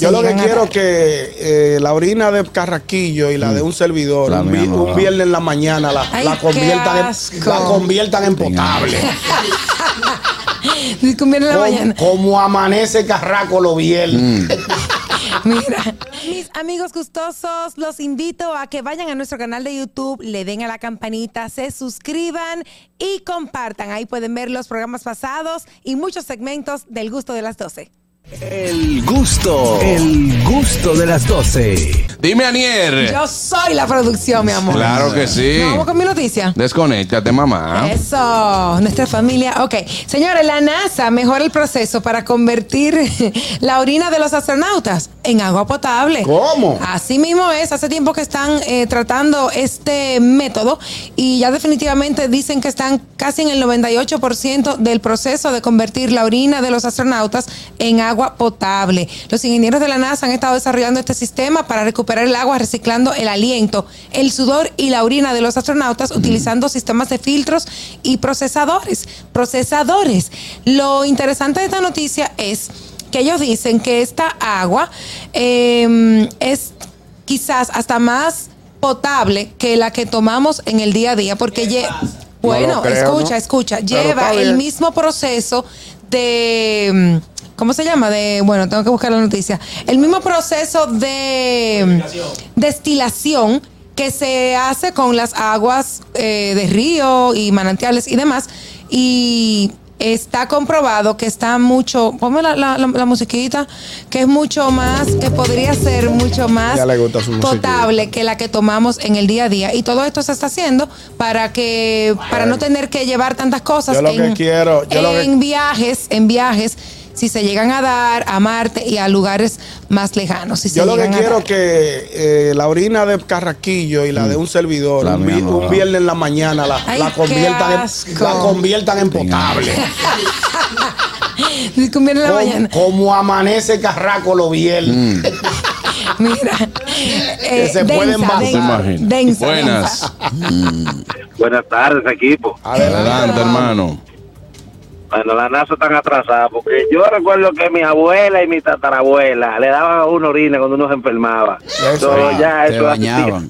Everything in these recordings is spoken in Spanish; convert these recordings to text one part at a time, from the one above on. Yo lo que quiero que eh, la orina de Carraquillo y la de un servidor Mm. La un, mía vi- no, un no. viernes en la mañana la, Ay, la qué conviertan, en, asco. la conviertan en potable. Ni conviene en la como, mañana. como amanece Carraco los Mm. viernes. Mira. Mis amigos gustosos, los invito a que vayan a nuestro canal de YouTube, le den a la campanita, se suscriban y compartan. Ahí pueden ver los programas pasados y muchos segmentos del gusto de las 12. El gusto, el gusto de las 12. Dime, Anier. Yo soy la producción, mi amor. Claro que sí. Nos vamos con mi noticia. Desconéctate, mamá. Eso, nuestra familia. Ok, señores, la NASA mejora el proceso para convertir la orina de los astronautas en agua potable. ¿Cómo? Así mismo es, hace tiempo que están eh, tratando este método y ya definitivamente dicen que están casi en el 98% del proceso de convertir la orina de los astronautas en agua potable. Los ingenieros de la NASA han estado desarrollando este sistema para recuperar el agua reciclando el aliento, el sudor y la orina de los astronautas utilizando sistemas de filtros y procesadores. Procesadores. Lo interesante de esta noticia es que ellos dicen que esta agua eh, es quizás hasta más potable que la que tomamos en el día a día, porque lle- bueno, No lo creo, escucha, ¿no? escucha, Pero lleva está el bien. mismo proceso de mm, ¿cómo se llama? De bueno, tengo que buscar la noticia. El mismo proceso de mm, destilación que se hace con las aguas eh, de río y manantiales y demás y está comprobado que está mucho, ponme la, la- la- la musiquita, que es mucho más, que podría ser mucho más Ya le gusta su musiquita. potable que la que tomamos en el día a día. Y todo esto se está haciendo para que, para no tener que llevar tantas cosas Yo lo que en, quiero- yo lo que- en viajes, en viajes, si se llegan a dar a Marte y a lugares más lejanos. si se Yo lo que llegan a quiero dar. que eh, la orina de Carraquillo y la de un servidor Mm. La un, mía vi- no, un no. viernes en la mañana la, Ay, la qué conviertan, en, asco. la conviertan en potable. Ni conviene en la Como, mañana. como amanece Carraco los viernes. Mm. Mira. eh, se puede densa, envasar. densa, Imagina. densa, densa. Buenas. Buenas tardes, equipo. Adelante, hermano. Bueno, la NASA tan atrasada porque yo recuerdo que mi abuela y mi tatarabuela le daban a uno orina cuando uno se enfermaba. Eso, Pero ya Te eso bañaban.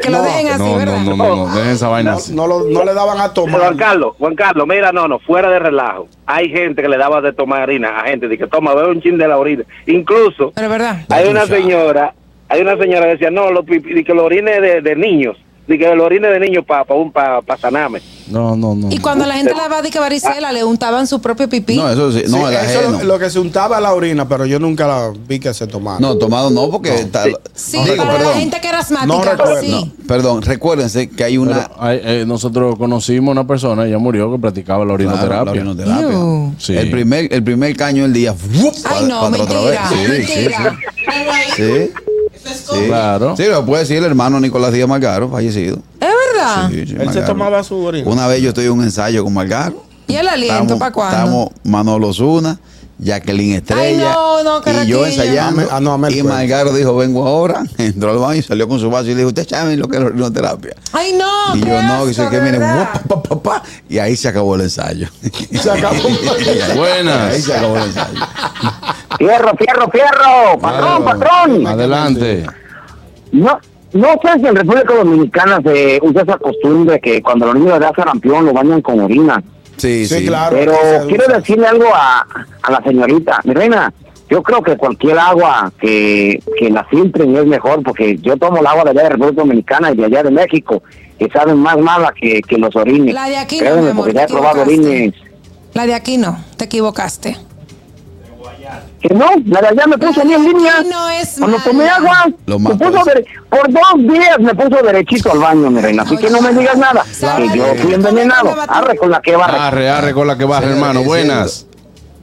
Que lo No, dejen así, No, ¿verdad? no, no, no, no. Dejen esa vaina No, así. no lo- no le daban a Pero, Juan tomar. Carlos, Juan Carlos, mira, no, no, fuera de relajo. Hay gente que le daba de tomar orina a gente, de que toma, bebe un chin de la orina. Incluso Pero es verdad. hay una señora, hay una señora que decía, no, lo, pipi- de que lo orine de, de niños, de que lo orine de niños para pa, un- pa, pa saname. No, no, no. Y cuando la gente daba de que varicela, le untaban su propio pipí. No, eh, eso sí. No, Sí, el eso es lo- ajeno. lo que se untaba la orina, pero yo nunca la vi que se tomara. No, tomado no, porque está. sí, Digo, para la perdón. gente que era asmática, pues recuerdo. sí. No, perdón, recuérdense que hay una. Pero, ay, eh, nosotros conocimos una persona, ella murió, que practicaba la Claro, orinoterapia. la orinoterapia. Ew. Sí. El, primer, el primer caño del día. ¡fup! Ay, no, para- para otra vez. mentira, Sí, sí, mentira. sí. Sí. Claro. Sí, lo puede decir el hermano Nicolás Díaz Margaro, fallecido. Es verdad. Sí, sí, Él se Margaro. tomaba su orina. Una vez yo estoy en un ensayo con Margaro. ¿Y el aliento Estamos- para cuándo? Estamos Manolo Zuna, Jacqueline Estrella. Ay, no, no, y Carraquillo. yo ensayando. Ah, me- ah, no, me y acuerdo. Margaro dijo, vengo ahora. Entró al baño y salió con su vaso y le dijo, ¿ustedes saben lo que es la orinoterapia? Ay, no. y qué yo no, asco, dice que de miren, verdad. guap, pa, pa, pa, y ahí se acabó el ensayo. Se acabó. Ahí Buenas. se acabó el ensayo. Fierro, fierro, fierro, patrón, patrón. Adelante. No, no sé si en República Dominicana se usa esa costumbre que cuando los niños le da sarampión lo bañan con orina. Sí, sí, Sí, claro. Pero que se quiero usa. decirle algo a, a la señorita. Mi reina, yo creo que cualquier agua que, que la filtren es mejor, porque yo tomo el agua de allá de República Dominicana y de allá de México, que saben más mala que, que los orines. La de aquí no, mi Créeme, amor, porque ya he te probado equivocaste. orines. La de aquí no, te equivocaste. Que no, la de allá me puso a mí en línea. Ay, no es Cuando mala. tomé agua, Lo me mato puso eso. dere- por dos días me puso derechito al baño, mi reina. Así Ay, que no me digas nada. Sabe, que yo eh, fui envenenado. con la Arre con la que barre. Arre, arre con la que baja, Señores, hermano. es Buenas.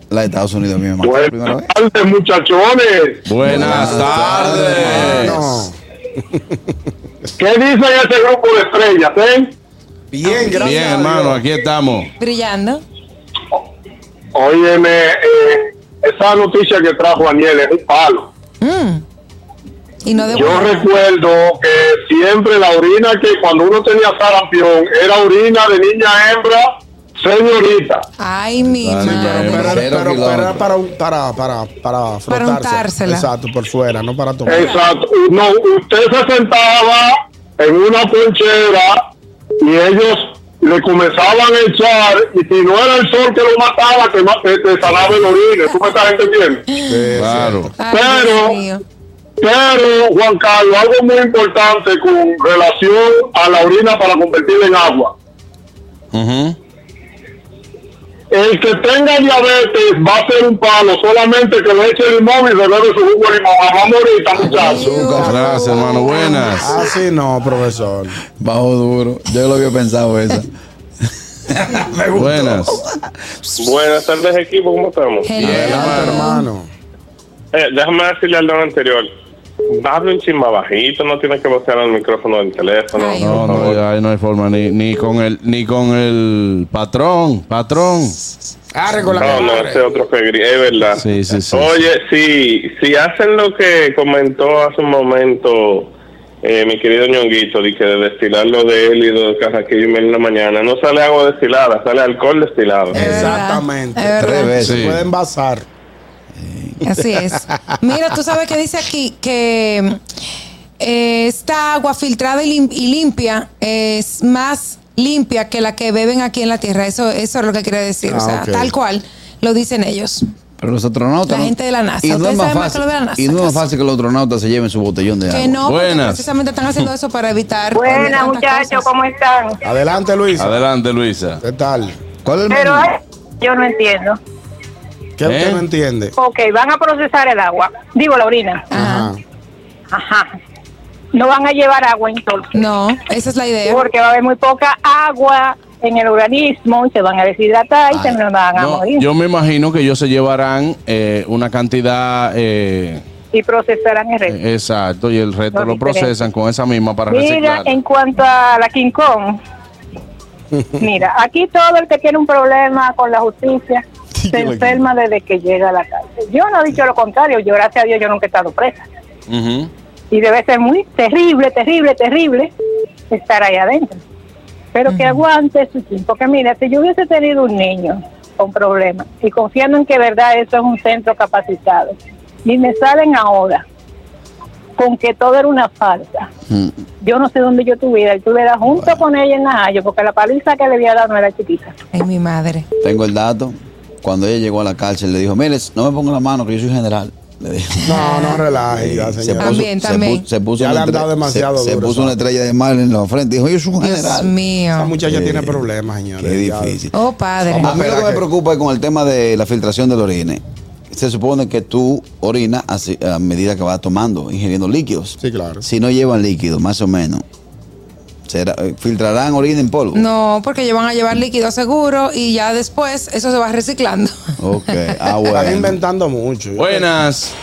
La de Estados Unidos a mí me mató la primera vez. tardes, muchachones. Buenas tardes. No. ¿Qué dicen este ese grupo de estrellas, eh? Bien, gracias. Bien, a Dios. hermano, aquí estamos. Brillando. Óyeme, eh, esa noticia que trajo Daniel es un palo. Mm. Y no de Yo recuerdo que siempre la orina que cuando uno tenía sarampión era orina de niña hembra señorita. Ay, mi Ah, Sí, no, madre. pero, pero, cero pero kilómetros. para, para, un- para, para, para frotarse. untársela. Exacto, por fuera, no para tomar. Exacto. No, usted se sentaba en una ponchera y ellos le comenzaban a echar y si no era el sol que lo mataba, te, ma- te, te salaba el orine. ¿Tú me estás entendiendo? Claro. Ay, pero- Dios mío. Pero, Juan Carlos, algo muy importante con relación a la orina para convertirla en agua. Ujú. El que tenga diabetes va a ser un palo, solamente que le eche limón y se bebe su jugo de limón. Vamos ahorita, muchachos. Azúcar, gracias, hermano. Buenas. Así Ah, no, profesor. Bajo duro. Yo lo había pensado esa. Buenas. Buenas tardes, equipo, ¿cómo estamos? Hello. Adelante, hermano. Eh, déjame decirle al don anterior. Hable un chisme bajito, no tiene que bocear el micrófono del teléfono. Ay, No, no, ya ahí no hay forma. Ni, ni con el ni con el patrón. Patrón. Arre con la No, no, madre. ese otro que gri- es verdad. Sí, sí, sí. Oye, si, si hacen lo que comentó hace un momento eh, mi querido ñonguito, de que de destilar lo de él y lo de Carraquillo y miel en la mañana, no sale agua destilada, sale alcohol destilado. Eh, Es verdad, Exactamente. es verdad. Tres veces. Sí. Pueden basar. Así es. Mira, tú sabes que dice aquí que eh, esta agua filtrada y, lim- y limpia es más limpia que la que beben aquí en la tierra. Eso, eso es lo que quiere decir. o Ah, sea, ok. tal cual lo dicen ellos. Pero los astronautas. La ¿no? gente de la NASA. Y no Ustedes es más saben más que fácil. lo de la NASA, Y no es más casi. fácil que los astronautas se lleven su botellón de agua. Que no, porque Buenas. precisamente están haciendo eso para evitar. Buenas, tantas muchachos, cosas. ¿cómo están? Adelante, Luis. Adelante, Luisa. ¿Qué tal? ¿Cuál es el Pero menú? ay, yo no entiendo. ¿Qué usted ¿Eh? no entiende? Ok, van a procesar el agua. Digo, la orina. Ajá. Ajá. No van a llevar agua entonces. No, esa es la idea. Porque va a haber muy poca agua en el organismo y se van a deshidratar y Ay, se nos van a No, morir. yo me imagino que ellos se llevarán eh, una cantidad eh, Y procesarán el resto. eh, exacto y el resto Lo lo diferente. procesan con esa misma para Mira, reciclar. en cuanto a la King Kong, mira, aquí todo el que tiene un problema con la justicia Sí, se yo lo enferma desde que llega a la cárcel. Yo no he dicho lo contrario, yo gracias a Dios yo nunca he estado presa. Ujú. Y debe ser muy terrible, terrible, terrible estar ahí adentro. Pero que aguante su tiempo. Porque mira, si yo hubiese tenido un niño con problemas y confiando en que verdad eso es un centro capacitado y me salen ahora con que todo era una falsa, Mm. yo no sé dónde yo estuviera. Y estuviera junto con ella en la Hayo porque la paliza que le había dado no era chiquita. Ay, mi madre. Tengo el dato. Cuando ella llegó a la cárcel, le dijo: Mire, no me ponga la mano, que yo soy general. Le dijo. Eh, No, no relaje, ya, Se señor. puso- También, se también. puso- se puso Ya una le han dado estrella- demasiado se- se duro, puso una ¿sabes? estrella de mar en la frente. Dijo: Yo soy un Dios general. Esa mío. muchacha Eh, tiene problemas, señores. Qué ya. difícil. Oh, padre. A mí lo que me Espera que- preocupa es con el tema de la filtración del orine. Se supone que tú orinas así- a medida que vas tomando, ingiriendo líquidos. Sí, claro. Si no llevan líquidos, más o menos, será- eh, filtrarán orina en polvo. No, porque ellos van a llevar líquido seguro y ya después eso se va reciclando. Ok, ah, Están bueno. inventando mucho. Buenas.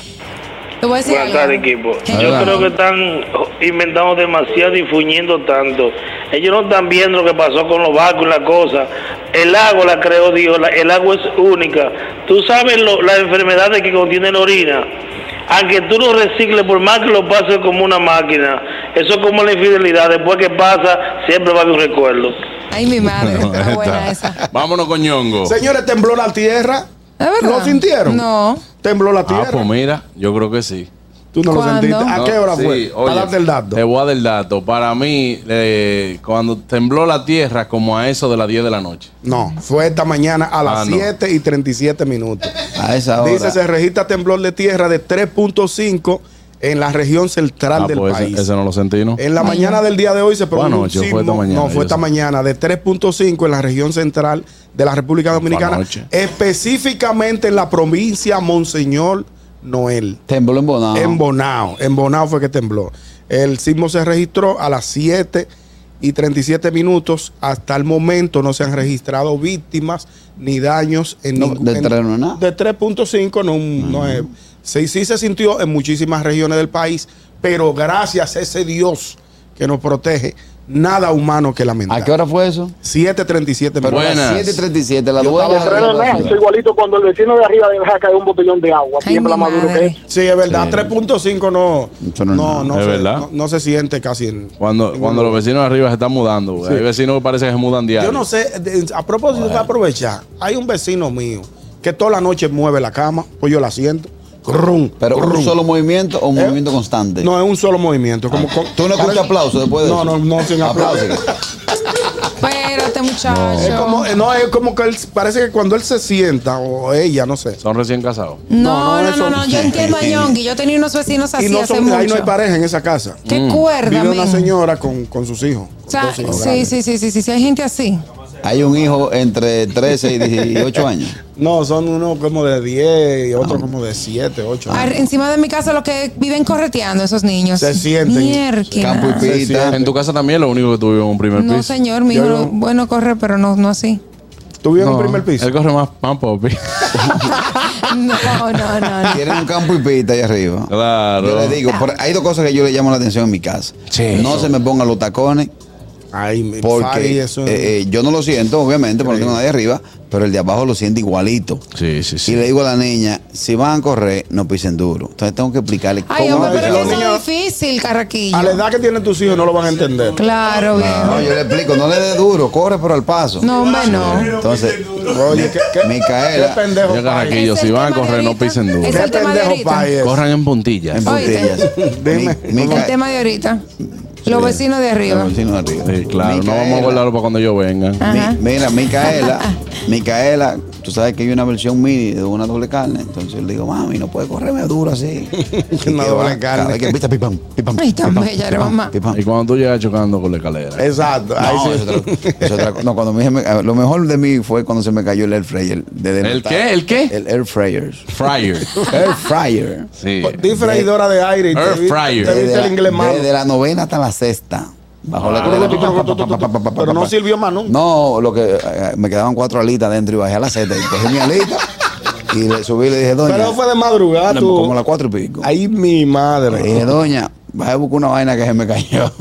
Te voy a decir Buenas algo. tardes, equipo. Yo Adelante. creo que están inventando demasiado y fuñendo tanto. Ellos no están viendo lo que pasó con los barcos y la cosa. El agua la creó Dios, la- el agua es única. Tú sabes lo- las enfermedades que contiene la orina. Aunque tú lo recicles, por más que lo pases como una máquina, eso es como la infidelidad. Después que pasa, siempre va a haber un recuerdo. Ay, mi madre. No, está buena esta. esa. Vámonos con ñongo. Señores, tembló la tierra. ¿Es verdad? ¿Lo sintieron? No. Tembló la tierra. Ah, pues mira, yo creo que sí. Tú no lo ¿Cuándo? sentiste. ¿A No, qué hora sí, fue? oye, Para darte el dato. Te voy a dar el dato. Para mí, eh, cuando tembló la tierra, como a eso de las 10 de la noche. No, fue esta mañana a las Ah, no. 7 y 37 minutos. A esa hora. Dice, se registra temblor de tierra de 3.5 en la región central Ah, del pues ese, país. ese no lo sentí, ¿no? En la mañana del día de hoy se produjo un anoche, fue sismo, esta mañana, no, yo fue esta sé. mañana, de 3.5 en la región central de la República Dominicana, anoche. específicamente en la provincia Monseñor Noel. Tembló en Bonao. En Bonao, en Bonao fue que tembló. El sismo se registró a las 7 y 37 minutos. Hasta el momento no se han registrado víctimas ni daños en No, ningún- de en- tres no es nada. Ah. De 3.5 no, no es. Sí, sí se sintió en muchísimas regiones del país, pero gracias a ese Dios que nos protege, nada humano que lamentar. ¿A qué hora fue eso? 7.37 Pero a las Buenas. 7.37, la Yo dueña. estaba de tres la veces. ciudad. Es igualito cuando el vecino de arriba deja caer un botellón de agua. Siempre la más duro que es. Sí, es verdad. Sí. 3.5 no, Eso no, no es no, nada. Es se, verdad. no- no se siente casi en. Cuando, en cuando un- los vecinos de arriba se están mudando, güey. hay vecinos que parece que se mudan diario. Yo no sé, de- a propósito, voy a aprovechar. Hay un vecino mío que toda la noche mueve la cama, pues yo la siento. Crum, Pero crum. un solo movimiento o un Eh, movimiento constante. No, es un solo movimiento. Como con- Tú no escuchas parece- aplausos después de No, eso? no, no, sin aplauso. Espérate, muchacho. Es como, eh, no, es como que él parece que cuando él se sienta, o ella, no sé. Son recién casados. no, No, no, no, eso- no, yo entiendo a Yongi. Yo tenía unos vecinos así Y no hace son- mucho. ahí no hay pareja en esa casa. Qué cuerda, Vive una men. señora con, con sus hijos. con O sea, dos hijos sí, grandes. sí, sí, sí, sí, sí, hay gente así. Hay un hijo entre 13 y 18 años. No, son uno como de 10 y otro como de 7, 8. Ar- encima de mi casa los que viven correteando esos niños. Se sienten. Mierquina. Campo y Sí, sí, pita. En tu casa también lo único que tú vives en un primer piso. No, señor, mi hijo, Yo no- bueno, corre, pero no, no así. ¿Tú vives en No, el primer piso? Él corre más, más popi. No, no, no, no. Tienen un campo y pita ahí arriba. Claro. Yo le digo, por- hay dos cosas que yo le llamo la atención en mi casa. Sí. No se me pongan los tacones Ay, mi Fari, porque eso es- eh, eh, yo no lo siento, obviamente, porque no tengo nadie arriba, pero el de abajo lo siente igualito. Sí, sí, Y sí. le digo a la niña, si van a correr, no pisen duro. Entonces tengo que explicarle Ay, cómo hombre, pero pisar que los duro. niños- eso es difícil, carraquillo. A la edad que tienen tus hijos no lo van a entender. Claro, Ah, No, viejo. yo le explico, no le dé duro, corre pero al paso. No, hombre, no. Entonces, Oye, qué, qué- Micaela. qué pendejo. Yo Fari. carraquillo, Es si el van a tema de correr, no ahorita. pisen duro. Es Qué el tema de pendejo, ahorita. Fari, es. Corran en puntillas. en Oíste. puntillas. Dime. Mi- Mica- El tema de ahorita. Los vecinos de arriba. Los vecinos de arriba. Sí, claro. No vamos a Micaela. guardarlo para cuando yo venga. Mi- Ajá. mira, Micaela, Micaela, tú sabes que hay una versión mini de una doble carne. Entonces le digo, mami, no puede correrme duro así. Y Una que doble va, carne. cada vez que pita, pim, pam, pim, pam, Ay, tan pim, pam, bella, pim, era pam, mamá. Ah. pim, pam. Y cuando tú llegas chocando con la escalera. Exacto. ahí No, sí. es otra- es otra cosa. No, cuando me, me- lo mejor de mí fue cuando se me cayó el air fryer. desde ¿El tarde. qué? ¿El qué? El air fryer. Fryer. Pues Air fryer. Sí. Di freidora de aire y te Air vi- fryer. te viste Desde el inglés la, malo. desde la novena hasta la sexta. Bajo la Ah. escalera, Pero pa, pa, pa, pa, pa, pa, pa, pa, no pa. sirvió más nunca. No, lo que eh, me quedaban cuatro alitas dentro y bajé a la seta. Y cogí mi alita y le subí y le dije, doña. Pero fue de madrugada, no, tú. como a las cuatro y pico. Ay, mi Le madre. dije, doña, vaya a buscar una vaina que se me cayó.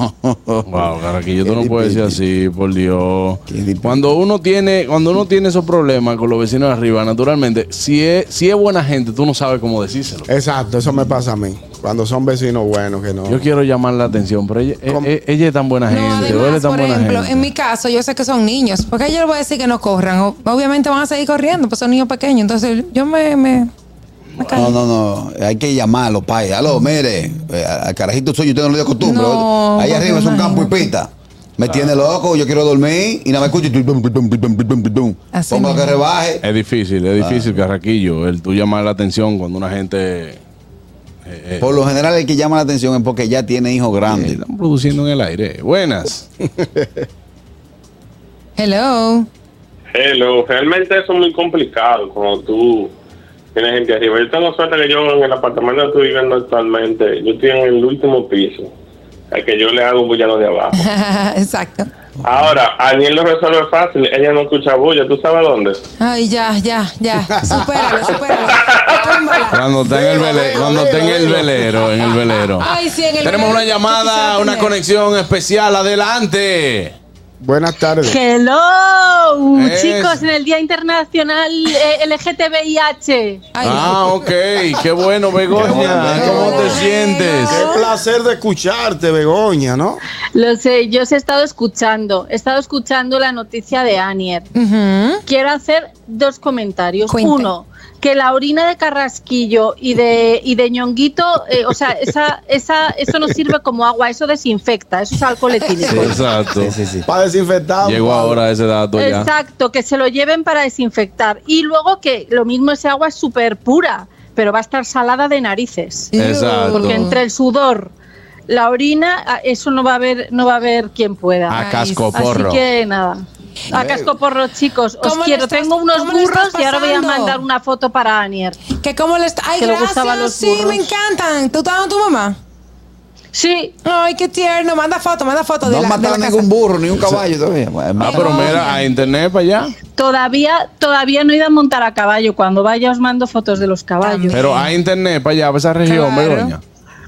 Wow, Carraquillo, tú Qué no puedes decir difícil. así, por Dios. Qué difícil. Cuando uno tiene, cuando uno tiene esos problemas con los vecinos de arriba, naturalmente, si es, si es buena gente, tú no sabes cómo decírselo. Exacto, eso me pasa a mí. Cuando son vecinos buenos que no. Yo quiero llamar la atención, pero ella, ¿Cómo? e- e- ella es tan buena No, gente, o él es además, tan por buena ejemplo, gente. en mi caso, yo sé que son niños. Porque yo les voy a decir que no corran. O- Obviamente van a seguir corriendo, pues son niños pequeños. Entonces, yo me. me, me callo. No, no, no. Hay que llamar a los pais. Aló, mire, eh, al carajito suyo usted no le dio costumbre. No, Ah. Ahí arriba es un porque campo y pita. Me tiene loco, yo quiero dormir y nada más escucho. y tum, tum, tum, tum, tum, tum, tum. Así Pongo a que mismo. rebaje. Es difícil, es difícil, Carraquillo, el tú llamar la atención cuando una gente eh, eh, Por lo general, el que llama la atención es porque ya tiene hijos grandes. están produciendo en el aire. Buenas. Hello. Hello, realmente eso es muy complicado cuando tú tienes gente arriba. Yo tengo suerte que yo en el apartamento que estoy viviendo actualmente, yo estoy en el último piso, al que yo le hago un bullado de abajo. Exacto. Ahora, Aniel lo resuelve fácil, ella no escucha bulla, ¿tú sabes dónde? Ay, ya, ya, ya. Supéralo, supéralo. Tómala. Cuando está en el Dilo, velero, dilo, cuando está en dilo, el dilo. velero, en el velero. Ay, sí, en el Tenemos velero. una Yo quisiera llamada, una tener. conexión especial, adelante. Buenas tardes. Hello, Es- chicos, en el Día Internacional eh, LGTBIH. Ay, Ah, ok, qué bueno, Begoña. Qué ¿Cómo te bueno. sientes? Qué placer de escucharte, Begoña, ¿no? Lo sé, yo os he estado escuchando, he estado escuchando la noticia de Anier. ujú. Quiero hacer dos comentarios. Cuente. Uno, que la orina de Carrasquillo y de y de Ñonguito, eh, o sea, esa, esa, eso no sirve como agua, eso desinfecta, eso es alcohol etílico. Exacto. Para desinfectar. Llegó pa- ahora ese dato ya. Exacto, que se lo lleven para desinfectar. Y luego que lo mismo ese agua es súper pura, pero va a estar salada de narices. Exacto. porque Todo. entre el sudor, la orina, a- eso no va a haber, no va a haber quien pueda. A casco Así porro. que nada. A casco porro, chicos. Os ¿Cómo le quiero. estás- Tengo unos cómo le estás burros y ahora voy a pasando? mandar una foto para Anier. Que cómo le está. Ay, Que le gustaban gracias. los Sí, burros. me encantan. ¿Tú estabas con tu mamá? Sí. Ay, qué tierno. Manda foto, manda foto de No la, de la mataron casa. ningún burro ni un caballo todavía. Bueno, Ah, hermano, pero mira, a internet para allá. Todavía, todavía no he ido a montar a caballo. Cuando vaya os mando fotos de los caballos. Pero a internet para allá, para esa región, Claro. Begoña.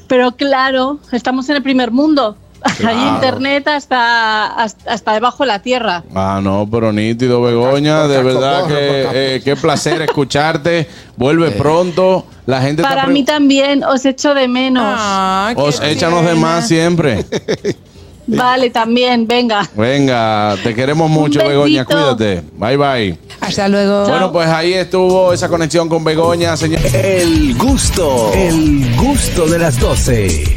Pero claro, estamos en el primer mundo. Hay Claro. internet hasta, hasta, hasta debajo de la tierra. Ah, no, pero nítido, Begoña, de verdad que eh, qué placer escucharte. Vuelve pronto. La gente está Eh. Para pre- mí también os echo de menos. Ah. os echan los demás siempre. Vale, también, venga. Venga, te queremos mucho, besito. Begoña, cuídate. Bye bye. Hasta luego. Bueno, pues ahí estuvo esa conexión con Begoña, señor. El gusto, el gusto de las 12.